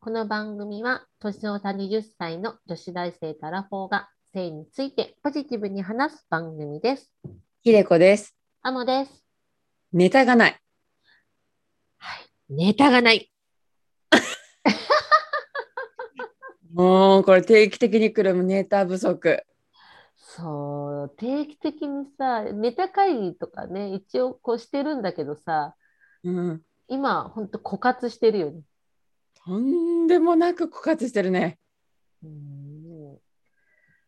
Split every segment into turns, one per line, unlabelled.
この番組は年の差20歳の女子大生たらフォーが性についてポジティブに話す番組です。
ひでこです。
アモです。
ネタがない。
ネタがない。
もうこれ定期的に来るネタ不足。
そう、定期的にさ、ネタ会議とかね、一応こうしてるんだけどさ、
うん。
今ほんと枯渇してるよね。
とんでもなく枯渇してるね。
うん、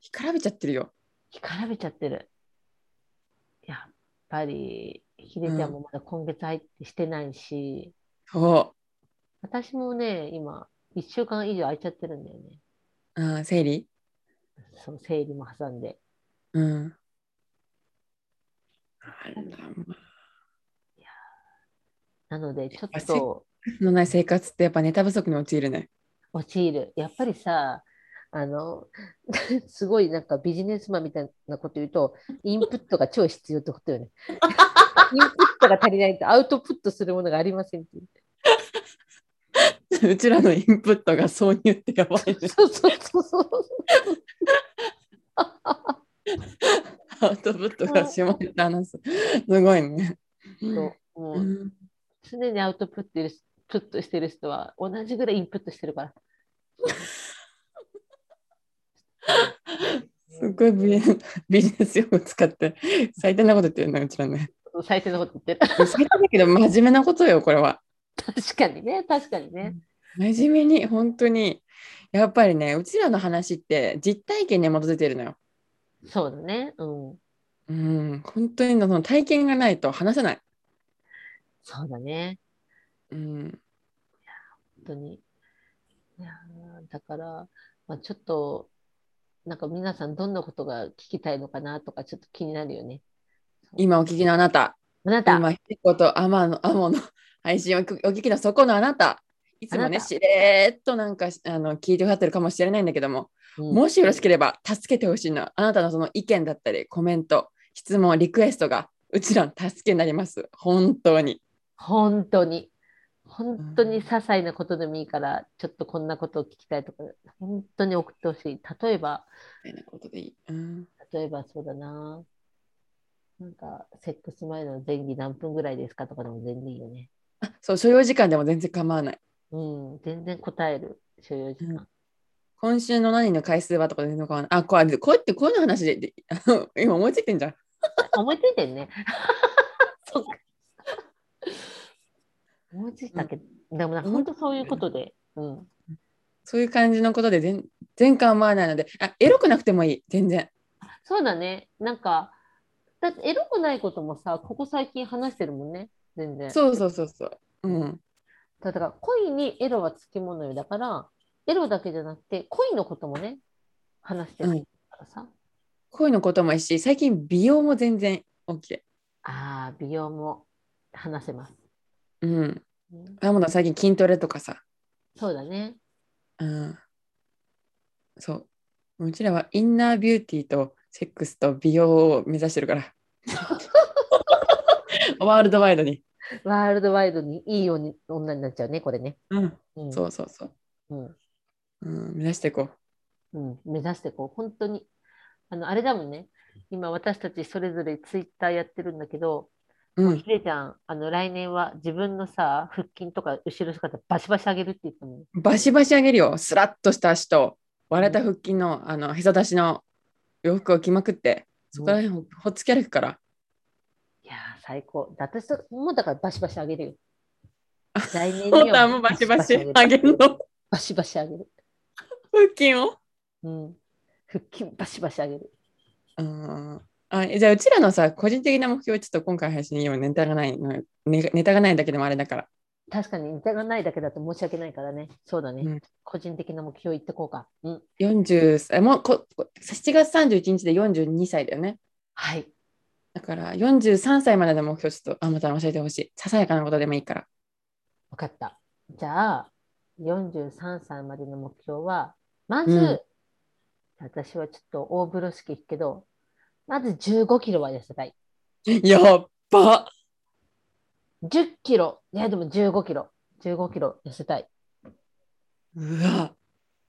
干からびちゃってるよ。
干からびちゃってる。やっぱり、ひでちゃんもまだ今月入ってしてないし、
そ
私もね、今、1週間以上空いちゃってるんだよね。
う。あー生理
その生理も挟んで。
うん。あらま
なので、ちょ
や
っ
せっ
と
あのない生活ってやっぱネタ不足に陥るね。
陥る。やっぱりさ、あの、 すごいなんかビジネスマンみたいなこと言うと、インプットが超必要ってことよ ね。インプットが足りないとアウトプットするものがありませんっていう。
うちらのインプットが挿入ってやば いね。
そうそうそうそう。
アウトプットが下ネタ話す。すごいね。
そうも
う
うん常にアウトプットしプットしてる人は同じぐらいインプットしてるから。
すごいビジビジネス用語使って最低なこと言ってるなうちらね。
最低のこと言ってる。
最低だけど真面目なことよこれは。
確かにね、確かにね。
真面目に本当にやっぱりねうちらの話って実体験に基づいてるのよ。
そうだね。うん。
うん本当にその体験がないと話せない。
そうだね。
うん
本当に。いやーだから、まあ、ちょっと、なんか皆さんどんなことが聞きたいのかなとかちょっと気になるよね。
今お聞きのあなた
あなた、
今ひでことアマのアモの配信をお聞きのそこのあなたいつも
あな
ね
た
しれーっとなんかあの聞いてくださってるかもしれないんだけども
うん
もしよろしければ助けてほしいのはあなたのその意見だったりコメント質問リクエストがうちらの助けになります本当に
本当に、本当に些細なことでもいいから、ちょっとこんなことを聞きたいとか、本当に送ってほしい。例えば、
みたいなことでいい、うん、
例えばそうだな。なんか、セックス前の前儀何分ぐらいですかとかでも全然いいよね。
あそう所要時間でも全然構わない
うん、全然答える、所要時間。
今週の何の回数はとか全然構わないあこうあこうやってこういうの話で であの今思いついてんじゃん
思いついてん ね。そっか。思いついたけど、でもな、本当そういうことで。うん。
そういう感じのことで全全然構わないのであエロくなくてもいい全然
そうだね。なんか、だってエロくないこともさ、ここ最近話してるもんね。全然。
そうそうそうそううん
だから、恋にエロはつきものよ。だから、エロだけじゃなくて、恋のこともね、話してるからさ。
恋のこともいいし最近美容も全然 OK
ああ、美容も話せます。
うん
うん
アモの最近筋トレとかさ
そうだね。
うんそう。うちらはインナービューティーとセックスと美容を目指してるから。ワールドワイドに。
ワールドワイドにいい女になっちゃうね、これね。
うん、
うん、
そうそうそう。
うん。
うん、目指していこ
うん、目指してこう本当にあのあれだもんね今私たちそれぞれツイッターやってるんだけど
う。うん
ひ、でちゃんあの来年は自分のさ腹筋とか後ろ姿バシバシ上げるって言ってたもん
バシバシ上げるよ。スラッとした足と割れた腹筋のあのへそ出しの洋服を着まくって、そこら辺ほほっつき歩くから。
いやー最高だ私そもうだからバシバシ上げるよ来年に
本当はもうバシバシ上げるの。腹
バシバシ上げる、
筋を。
うん、腹筋バシバシ上げる
うんあじゃあうちらのさ個人的な目標はちょっと今回の配信にはネタがないのネネタがないだけでもあれだから
確かにネタがないだけだと申し訳ないからねそうだね、
うん
個人的な目標言ってこうかうん
40歳もうここ7月31日で42歳だよね
はい
だから43歳までの目標ちょっとあまた教えてほしいささやかなことでもいいから
わかった。じゃあ、43歳までの目標は、まず、
うん
私はちょっと大風呂敷引くけど、まず15キロは痩せたい。
やっば
10キロ、いやでも15キロ、15キロ痩せたい。
うわ、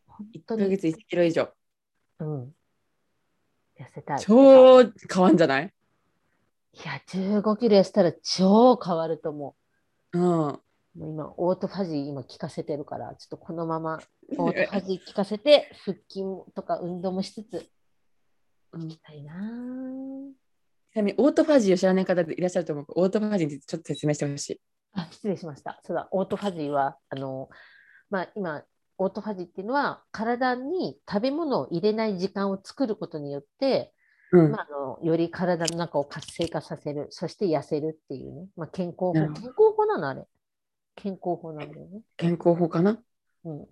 本
1
当
ヶ
に、
月1キロ以上。
うん。痩せたい。い
超変わんじゃない
や、15キロ痩せたら超変わると思
うん。
う。もう今、オートファジー今聞かせてるから、ちょっとこのま まオートファジー聞かせて、腹筋とか運動もしつつ、
うん
行きたいなぁ
ちなみにオートファジーを知らない方でいらっしゃると思うオートファジーにちょっと説明してほしい。
あ、失礼しました。そうだ、オートファジーは、あの、まあ、今、オートファジーっていうのは、体に食べ物を入れない時間を作ることによって、
うん
まあ、あのより体の中を活性化させる、そして痩せるっていうね、まあ、健康法、
なる
健
ほど
康法なのあれ。健康法なんだよね。
健康法かな
うん
ん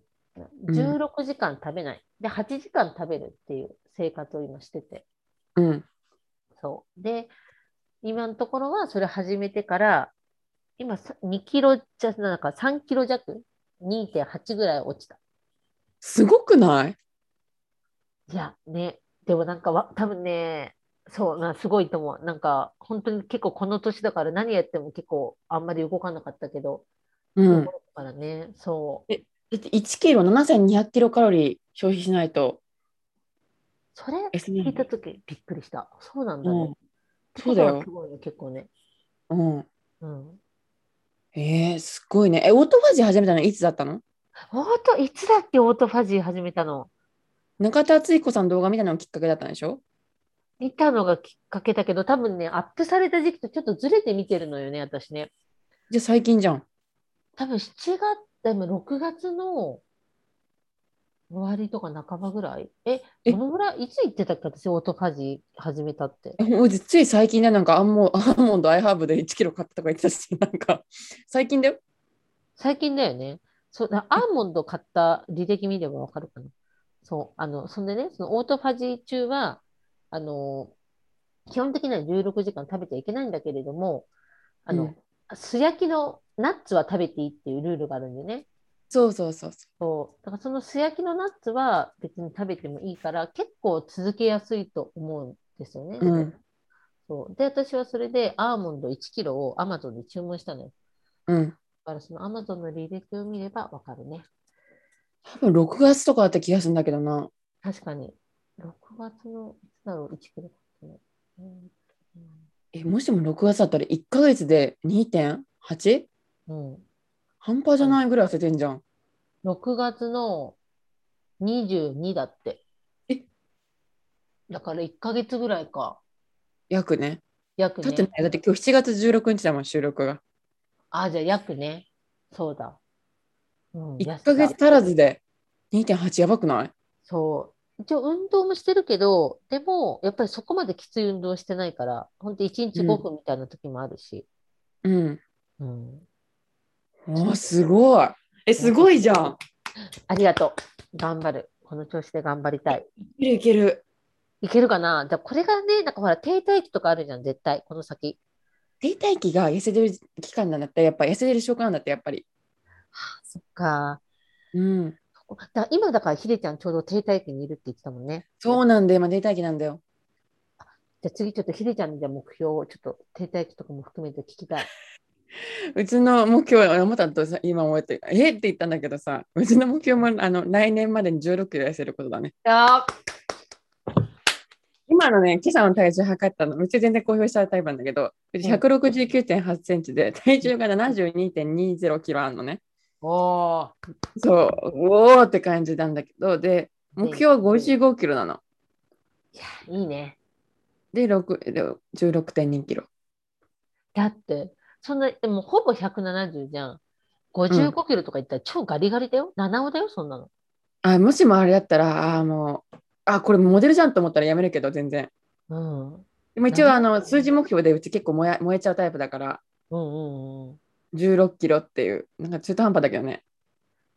16時間食べない。で、8時間食べるっていう生活を今してて。
うん。
そう。で、今のところはそれ始めてから、今さ2キロじゃ、なんか3キロ弱、2.8ぐらい落ちた。
すごくない
いや、ね、でもなんかわ、多分ね、そうな、すごいと思う。なんか、本当に結構この年だから何やっても結構あんまり動かなかったけど、
う
だ
ん。だ
からね、そう。
って1キロ7200キロカロリー消費しないと
それ
痩せな
聞い
い
たときびっくりした。そうなんだ
う
ね
ん。。そうだよ
ってことはすごいね、結構ね。
うん。
うん。
えー、すごいね。え、オートファジー始めたのいつだったの
オート、いつだっけオートファジー始めたの
中田敦彦さんの動画見たのがきっかけだったんでしょ
見たのがきっかけだけど、多分ね、アップされた時期とちょっとずれて見てるのよね、私ね。
じゃあ最近じゃん。
多分7月、でも6月の終わりとか半ばぐらいえ、
え
どのぐらい、いつ行ってたっけ私、オートファジー始めたって。
えほんつい最近だなんかアンモアーモンドアイハーブで1キロ買ったとか言ってたし、なんか最近だよ。
最近だよね。そう、だアーモンド買った履歴見ればわかるかな。そう、あの、そんでね、そのオートファジー中は、あの、基本的には16時間食べちゃいけないんだけれども、あの、素焼きのナッツは食べていいっていうルールがあるんでね。
そうそうそうそ
そう。だからその素焼きのナッツは別に食べてもいいから、結構続けやすいと思うんですよね。
う。うん。
そうで、私はそれでアーモンド1キロをアマゾンで注文したのよ。
うん。
だからそのアマゾンの履歴を見ればわかるね。
多分6月とかだった気がするんだけどな。
確かに。6月の、いつだろう、1キロだったのうん
え、もしも6月だったら1ヶ月で 2.8?
うん。
半端じゃないぐらい痩せてんじゃん。
6月の22だって。
え
だから1ヶ月ぐらいか。
約ね。
約
だってね
ね。、
だって今日7月16日だもん、収録が。
あ、じゃあ約ね。そうだ。うん、
1
安田
ヶ月足らずで2.8やばくない
そう。一応運動もしてるけど、でも、やっぱりそこまできつい運動してないから、本当1日
うん
5分みたいな時もあるし。
うん。
うん。
おーすごい。え、すごいじゃん。
ありがとう。頑張る。この調子で頑張りたい。
いけるいける。
いけるかなじゃあこれがね、なんかほら、停滞期とかあるじゃん、絶対、この先。
停滞期が痩せてる期間なんだって、やっぱ痩せてる証拠なんだって、やっぱり。
そっか。
うん。
だ今だから、ひでちゃんちょうど停滞期にいるって言ってたもんね。
そうなんだよ、今停滞期なんだよ。
じゃあ次、ちょっとひでちゃんにじゃあ目標を、ちょっと停滞期とかも含めて聞きたい。
うちの目標、思ったとさ今思えて、えって言ったんだけどさ、うちの目標もあの来年までに16キロ痩せることだね。
あ
今のね、今朝の体重測ったの、うち全然公表したタイプなんだけど、うち
うん
169.8センチで、体重が72.20キロあるのね。
おー。
そう、おーって感じなんだけど、で、目標は55キロなの。
いいね。
で、6で16.2キロ。
だって、そんな、でもほぼ170じゃん。55キロとかいったら超ガリガリだよ。七尾だよ、そんなの。
あもしもあれだったら、あーもう、あこれモデルじゃんと思ったらやめるけど、全然。
うん。うん
でも一応
な
あ
るほど
の、数字目標でうち結構燃え燃えちゃうタイプだから、
うんうん。
16キロっていう、なんか中途半端だけどね。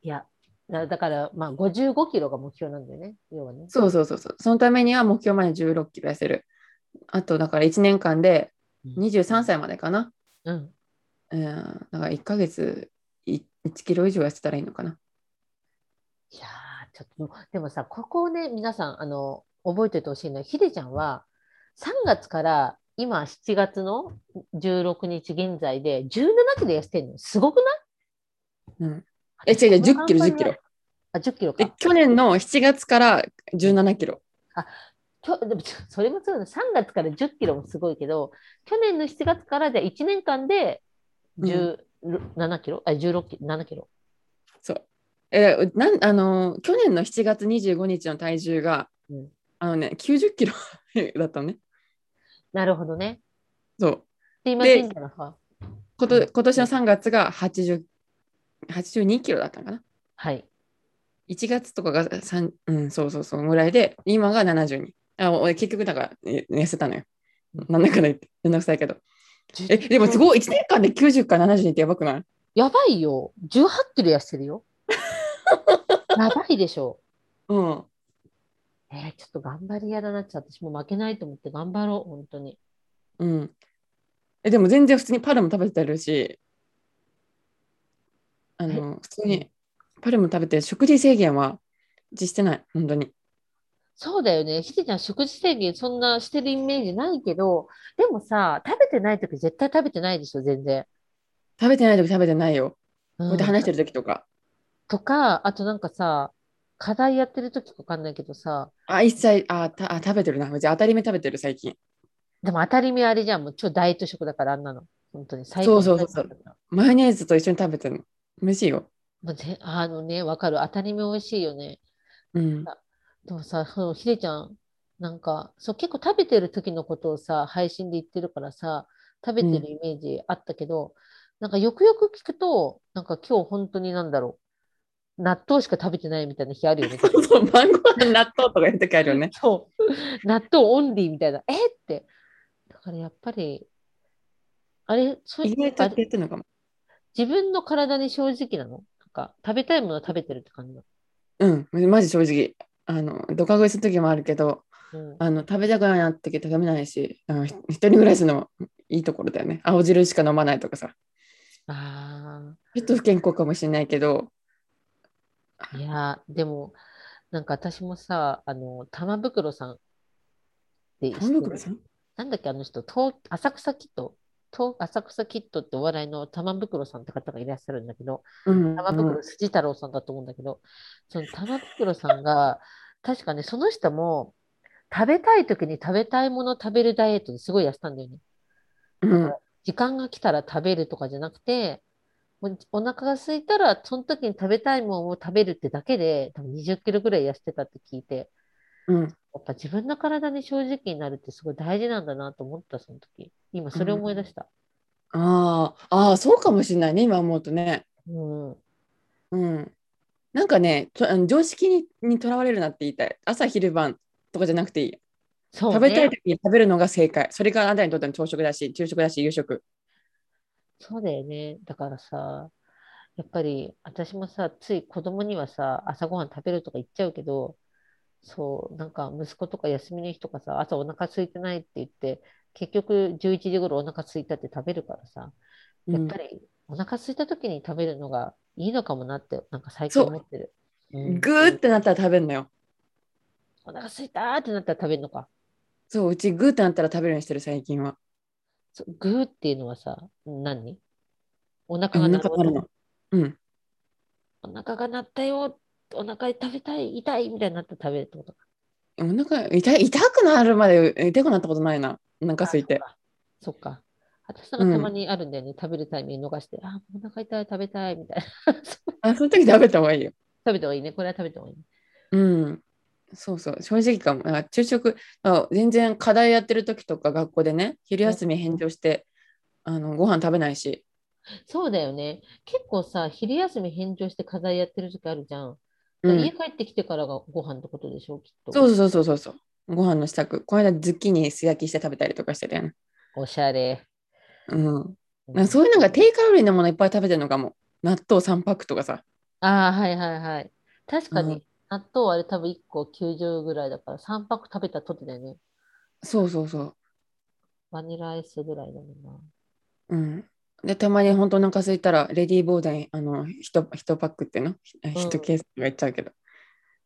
いや、だだから、まあ、55キロが目標なんだよね、要はね。
そうそうそうそう。そのためには目標まで16キロ痩せる。あと、だから1年間で23歳までかな。
うん。
うん、だから1ヶ月い1キロ以上痩せたらいいのかな。
いやー、ちょっともう、でもさ、ここをね、皆さん、あの、覚えておいてほしいのは、ひでちゃんは、3月から今、7月の16日現在で、17キロ痩せてるの。すごくない
うん、え、違う違う、10キロ、10キロ。。
あ、10キロ
で
か。
去年の7月から17キロ
きょでもちょそれもそうだね。3月から10キロもすごいけど、去年の7月からじゃあ1年間で17キロ、あ、16キロ、7キロ。
そうえーなんあのー去年の7月25日の体重が、
うん
あのね90キロだったのね
なるほどね。
そう
って今
で
現在のは。
こと今年の3月が80 82キロだったのかな
はい。
1月とかが3うんそうそうそうぐらいで今が72あ俺結局だからえ痩せたのよなんだかんだ言ってめんどくさいけどえでもす
い。
ごい1年間で90から72ってやばくない
やばいよ。18キロ痩せてる よ。やばいでしょ。
うん
えー、ちょっと頑張り屋だなっちゃ私もう負けないと思って頑張ろう、本当に。
うんえでも全然普通にパルも食べてるしあの普通にパルも食べてる食事制限は実してない本当に
そうだよね。ひでちゃん、食事制限そんなしてるイメージないけど、でもさ、食べてないとき絶対食べてないでしょ、全然。
食べてない時食べてないよ
う
こ
ん
うやって話してる時とか
とか、あとなんかさ、課題やってるときわかんないけどさ、
あ一切あたあ食べてるなうち当たり目食べてる最近
でも当たり前あれじゃん、もう超ダイエット食だからあんなの。本当に最
そ
高
うそう
の
そう
ダイエットだから
マヨネーズと一緒に食べてるの。美味しいよ。
もうぜあのね、わかる。当たり前美味しいよね。
うん。
でもさ、そのひでちゃん、なんか、そう、結構食べてる時のことをさ、配信で言ってるからさ、食べてるイメージあったけど、なんかよくよく聞くと、なんか今日本当になんだろう、納豆しか食べてないみたいな日あるよね。
そう、晩ご飯納豆とかいう時あるよね。
そう。納豆オンリーみたいな。えって。だからやっぱり、あれ、そうい
意
う
外とやってるのかも。
自分の体に正直なのなんか、食べたいものは食べてるって感じな
うん、マジ正直。あの、ドカ食いする時もあるけど、
の。うん。
あの、食べたくないなって時は食べないし、あのひ一人暮らしのいいところだよね。青汁しか飲まないとかさ。
あ
ちょっと不健康かもしれないけど、
あ、いやー、でも、なんか私もさ、あの、玉袋さんって知って
玉
る
袋さん
なんだっけ、あの人、東浅草キッド。東浅草キッドってお笑いの玉袋さんって方がいらっしゃるんだけど、
うん。
玉
うん
袋筋太郎さんだと思うんだけど、その玉袋さんが、確かね、その人も、食べたい時に食べたいものを食べるダイエットですごい痩せたんだよね。
うん。
時間が来たら食べるとかじゃなくて、もうお腹が空いたら、その時に食べたいものを食べるってだけで、多分20キロぐらい痩せてたって聞いて、
うん。
やっぱ自分の体に正直になるってすごい大事なんだなと思った、その時。今、それを思い出した。
ああ、ああ、そうかもしれないね、今思うとね。
うん。
うん。なんかね、とあの常識ににとらわれるなって言いたい。朝、昼晩とかじゃなくていい。
そう、ね。
食べたい時に食べるのが正解。それがあなたにとっての朝食だし、昼食だし、夕食。
そうだよね。だからさ、やっぱり私もさ、つい子供にはさ、朝ごはん食べるとか言っちゃうけど、そう、なんか息子とか休みの日とかさ、朝お腹空いてないって言って、結局11時頃お腹空いたって食べるからさ、やっぱりお腹空いた時に食べるのがいいのかもなって、なんか最近
そう
思ってる。
う
うんん
グーってなったら食べるのよ。
お腹空いたーってなったら食べるのか。
そう、うちグーってなったら食べるようにしてる、最近は。
そうグーっていうのはさ、何お
あ
腹が
なん
鳴
か
る
なる
音。
の。うん。
お腹が鳴ったよ。お腹食べたい、痛いみたいになったら食べるってことか。
お腹痛い痛くなるまでえ痛くなったことないな。お腹空いて。
あ。そっか。そっか私なんかたまにあるんだよね。食べるタイミング逃して、あ、お腹痛い、食べたい、みたいな。
あその時食べた方がいいよ。
食べた方がいいね。これは食べた方がいいね。
うん。そうそう、正直かも。あ昼食あ、全然課題やってる時とか学校でね、昼休み返上して、あのご飯食べないし。
そうだよね。結構さ、昼休み返上して課題やってる時あるじゃん。
うん
家帰ってきてからがご飯ってことでしょ、きっと。
そうそうそうそうそう。ご飯の支度。この間ズッキーニ素焼きして食べたりとかしてたよね。
おしゃれ。
うん。なんかそういうのが低カロリーなものいっぱい食べてるのかも。納豆3パックとかさ。
ああ、はいはいはい。確かに、
うん
納豆あれ多分1個90ぐらいだから、3パック食べたときだよね。
そうそうそ
バニラアイスぐらいだもんな。
う。うん。で、たまに本当お腹空いたら、レディーボーダーに、あの、1, 一パックっていうの一ケースとか言っちゃうけど。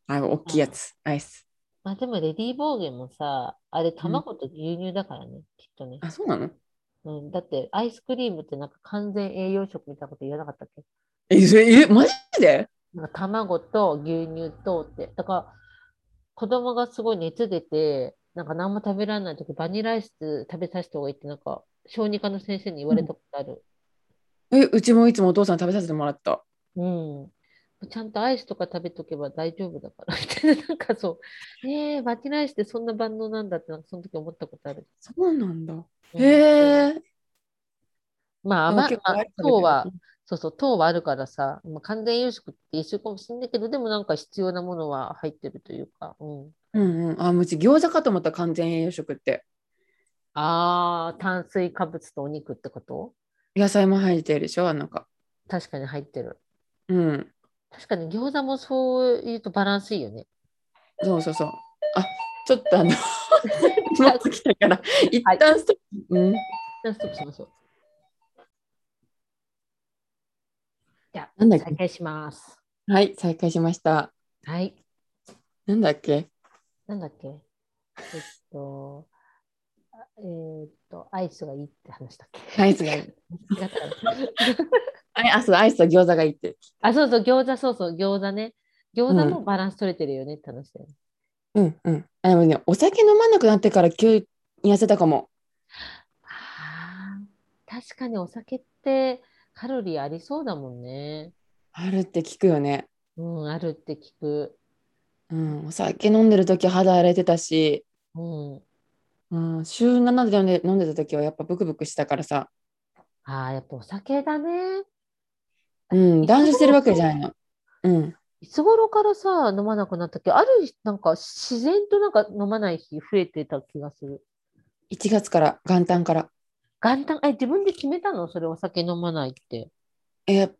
あ、大きいやつ、アイス。
まあでも、レディーボーゲンもさ、あれ、卵と牛乳だからね、きっとね。
あ、そうなの
うん、だって、アイスクリームってなんか完全栄養食みたいなこと言わなかったっけ
え、それ、え、マジで
なんか卵と牛乳とって。だから、子供がすごい熱出て、なんか何も食べられないとき、バニラアイス食べさせた方がいいって、なんか、小児科の先生に言われたことある。
え、うちもいつもお父さん食べさせてもらった。
うん。ちゃんとアイスとか食べとけば大丈夫だから、 みたいな、なんかそう、えー、バニラアイスってそんな万能なんだって、なんかその時思ったことある。
そうなんだ。
うん
へえ。
まあ、
でも
甘い
結、構
まあ
ある、
糖は、そうそう、糖はあるからさ、まあ、完全養殖って一緒かもしれないけど、でもなんか必要なものは入ってるというか、うん。
うんうん。あ、うち餃子かと思った完全栄養食って。
ああ、炭水化物とお肉ってこと
野菜も入ってるでしょ、あのか。
確かに入ってる。
うん。
確かに餃子もそう言うとバランスいいよね。
そうそうそう。あ、ちょっ とあの、もう来たから、一旦ストップ。うん。
じゃあストップしましょう。じゃあ、
なんだっ
再開します。
はい、再開しました。
はい。
なんだっけ
なんだっけえっと、あえーっと、アイスがいいって話だっけ
アイスがいい。
違ったかな
ああ、そう、アイスと餃子がいいって。
あ、そうそう、餃子、そうそう、餃子ね。餃
う
子
ん
もバランス取れてるよねって話だよね。
うんうん。あでもね、お酒飲まなくなってから急に痩せたかも。
ああ、確かにお酒ってカロリーありそうだもんね。
あるって聞くよね。
うん、あるって聞く。
うん、お酒飲んでる時肌荒れてたし、
うん。
うん、週7で飲んで飲んでた時はやっぱブクブクしたからさ、
ああ、やっぱお酒だね。
うん、断酒してるわけじゃないの。うん、
いつ頃からさ、飲まなくなったっけある日、なんか自然となんか飲まない日増えてた気がする。
1月から元旦から。
元旦、え、自分で決めたのそれお酒飲まないって。
え、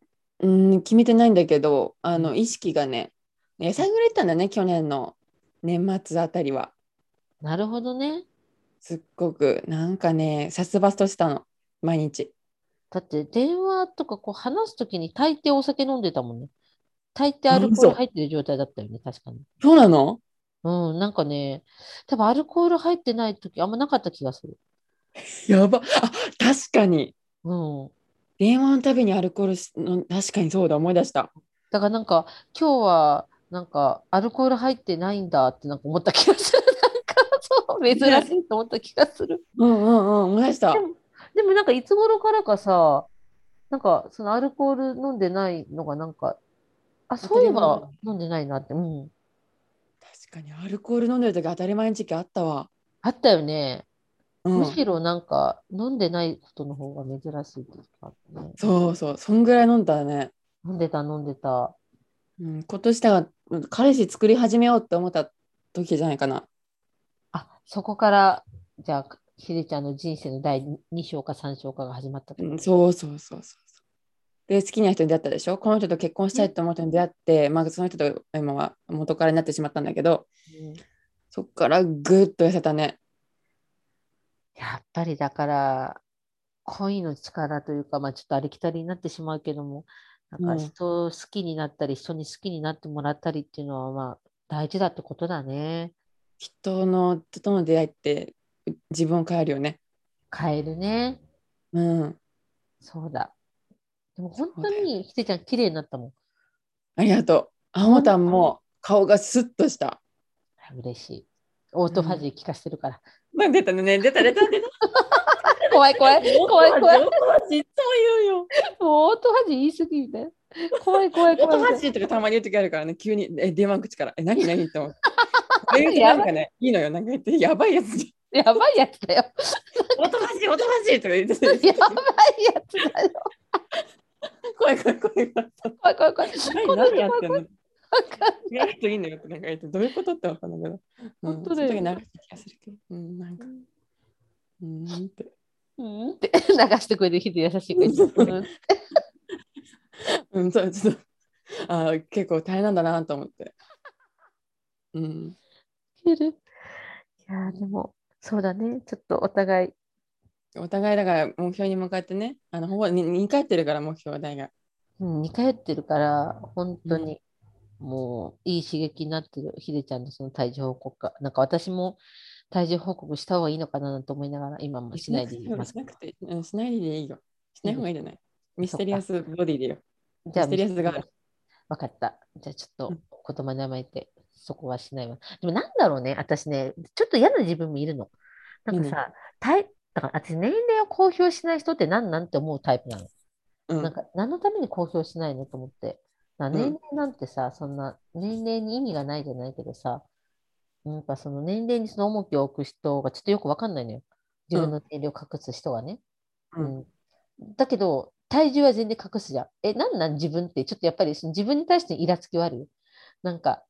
うん、決めてないんだけど、あの意識がね、やさぐれてたんだね、去年の年末あたりは。
なるほどね。
すっごくなんかね、殺伐としてたの、毎日。
だって電話とかこう話すときに大抵お酒飲んでたもんね。大抵アルコー
嘘
ル入ってる状態だったよね、確かに。
そうなの
うん、なんかね、多分アルコール入ってないときあんまなかった気がする。
やばあ確かに
うん。
電話のたびにアルコールしの確かにそうだ思い出した
だからなんか今日はなんかアルコール入ってないんだってなんか思った気がする。 なんかそう、珍しいと思った気がする。
うんうんうん思い出した
でもでもなんかいつ頃からかさ、なんかそのアルコール飲んでないのがなんか、あ、そういえば飲んでないなって、うん。
確かにアルコール飲んでる時当たり前の時期あったわ、
あったよね。
うん
む、しろなんか飲んでないことの方が珍しいとかね。
そうそうそんぐらい飲んだね、
飲んでた飲んでた。
うん、今年だから彼氏作り始めようって思った時じゃないかな
あ、そこからじゃあひでちゃんの人生の第2章か3章かが始まったと。
うんそうそうそうそうそうで好きな人に出会ったでしょこの人と結婚したいって思った人に出会って、まあ、その人と今は元からになってしまったんだけど
うん
そっからぐっと痩せたね
やっぱりだから恋の力というか、まあ、ちょっとありきたりになってしまうけどもな
うんん
か人を好きになったり、人に好きになってもらったりっていうのはまあ大事だってことだね。
人の人との出会いって自分を変えるよね。
変えるね。
うん。
そうだ。でも本
そう
当
だよ
にひでちゃん綺麗になったもん。
ありがとう。あもたんも顔がスッとした。
嬉しい。オートファジー聞かせてるから。
なん出たのね。出た出 た出た。
怖い 怖い怖い怖い。もう
ちっちゃいよよ。
オートファジー言い過ぎみたいな。怖い怖い怖い
オート
みたい
フ
な
ァ。ジーとかたまに言う時あるからね。急にえ電話口からえ何何って思って。あれ言うと
やば
ないんかねいいのよなんか言ってやばいやつ。
やばいやつだよ。
オートファジーオートファジーとか言ってて。
やばいやつだよ。怖い怖
怖い怖い怖い怖い。
い怖い。こ
何
の人
何やってんの。
怖い怖い
意外といいのよってなんか言ってどういうことって分かんないけど。うん
本当だよ
その時流した気がするけど。うんなんか。うんって。
うんって流してくれる人優しい子いるうん
うん、そう、ちょっと、あー結構大変なんだなと思って。うん、
いる。いやーでもそうだね。ちょっとお互い
お互いだから目標に向かってね、あのほぼに2回ってるから目標題が。
うん似通ってるから本当に。もういい刺激になってるひでちゃんのその体重報告がなんか私も体重報告した方がいいのかなと思いながら今もしないでいます
しなくて、うん、しないでいいよ。しない方がいいじゃない。ミステリアスボディでよ。
じゃあ
ミステリアスガール
わかった。じゃあちょっと言葉に甘えて、そこはしないわ。でもなんだろうね、私ね、ちょっと嫌な自分もいるの。なんかさ、たいだから私、年齢を公表しない人って何なんて思うタイプなの。
うん
なんか何のために公表しないのと思って。な年齢なんてさ、そんな年齢に意味がないじゃないけどさ、なんかその年齢にその重きを置く人がちょっとよくわかんないのよ。自分の年齢を隠す人がね。
うん
うんだけど、体重は全然隠すじゃん。え、なんなん自分って、ちょっとやっぱりその自分に対してイラつきはあるよ。なんか、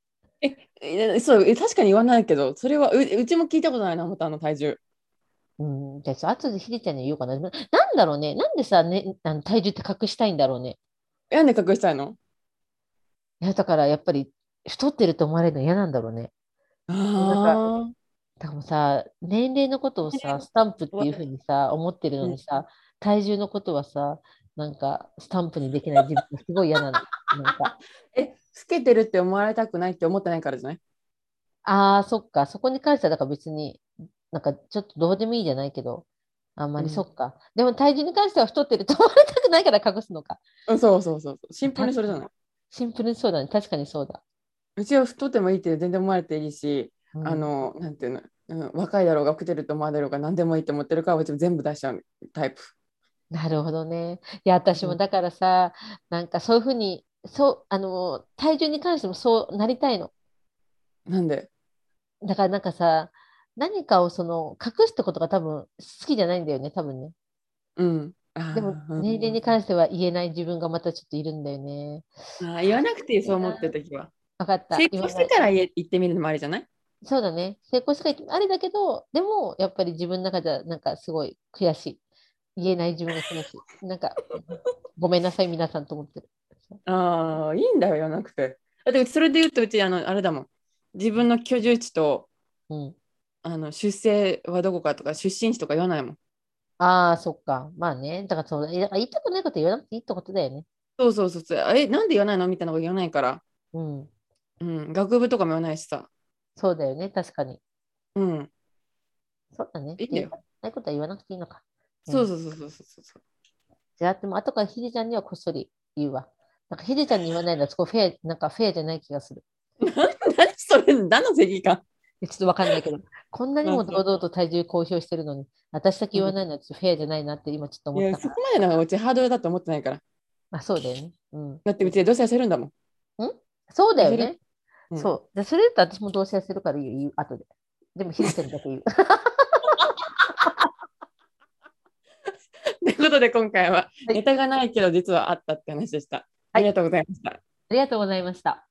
えそうえ確かに言わないけどそれはううちも聞いたことないな思ったあの体重
うん、じゃあちょ後でひでちゃんに言おうかな。ななんだろうね、なんでさ、ね、あの体重って隠したいんだろうね。
なんで隠したいの
いやだからやっぱり太ってると思われるの嫌なんだろうね。
あ
でもさ、年齢のことを
年
さ、
齢の
スタンプっていうふうにさ、思ってるのにさ、体重のことはさ、なんかスタンプにできない自分がすごい 嫌なの。なんか、
ーえ老けてるって思われたくないって思ってないからじゃない
ああ、そっか、そこに関してはだから別に、なんかちょっとどうでもいいじゃないけど、あんまり
うん
そっか。でも体重に関しては太ってると思われたくないから隠すのか。
うんそうそうそうそうシンプルにそれじゃない
シンプルにそうだね。確かにそうだ。
うちは太ってもいいって全然思われていいし、
うん
あのなんていうの、うん、若いだろうが老けてると思われるが何でもいいって思ってるからうちも全部出しちゃうタイプ
なるほどね。いや、私
う
も
ん
だからさ、なんかそういうふうに、そう、あの、体重に関してもそうなりたいの。
なんで
だからなんかさ、何かをその隠すってことが多分好きじゃないんだよね、多分ね。
うんあ
でも
ー
年齢に関しては言えない自分がまたちょっといるんだよね。
あー言わなくていいそう思ってる時は
分かった。
成
言
功
わ
し
な
て
い
から言え言ってみるのもありじゃない
そうだね。成功しかあれだけど、でもやっぱり自分の中じゃなんかすごい悔しい。言えない自分が悔しい。なんか、ごめんなさい、皆さんと思ってる。
ああ、いいんだよ、言わなくて。だって、それで言うと、うち、あの、あれだもん。自分の居住地と、
うん。
あの、出生はどこかとか、出身地とか言わないもん。
ああ、そっか。まあね。だからそうだ、いやだから言いたくないこと言わなくていいってことだよね。
そうそうそうそう。え、なんで言わないのみたいなこと言わないから。
うん。
うん、学部とかも言わないしさ。
そうだよね。確かに。
うん、
そうだね。
いいんだよ
言わないことは言わなくていいのか。うん
そうそうそうそうそうそう。
じゃあ、でも後からヒデちゃんにはこっそり言うわ。なんかヒデちゃんに言わないのは、そこフェア、なんかフェアじゃない気がする。
何それ、何の責任感
いやちょっとわかんない けど、こんなにも堂々と体重公表してるのに、私だけ言わないのはちょっとフェアじゃないなって今ちょっと
い
思った
や、
か
そ
ら。
こまでなんかうちハードルだと思ってないから。
あ、そうだよね。うん。
だって、うちでどうせ痩せるんだもん。
そうだよ
そ
ね。
うん
そう。じゃあそれだと私も同棲するから言う、言う後で。でもヒデちゃんにだけ言う。
ということで、今回は、
はい
ネタがないけど、実はあったって話でした。ありがとうございました。
ありがとうございました。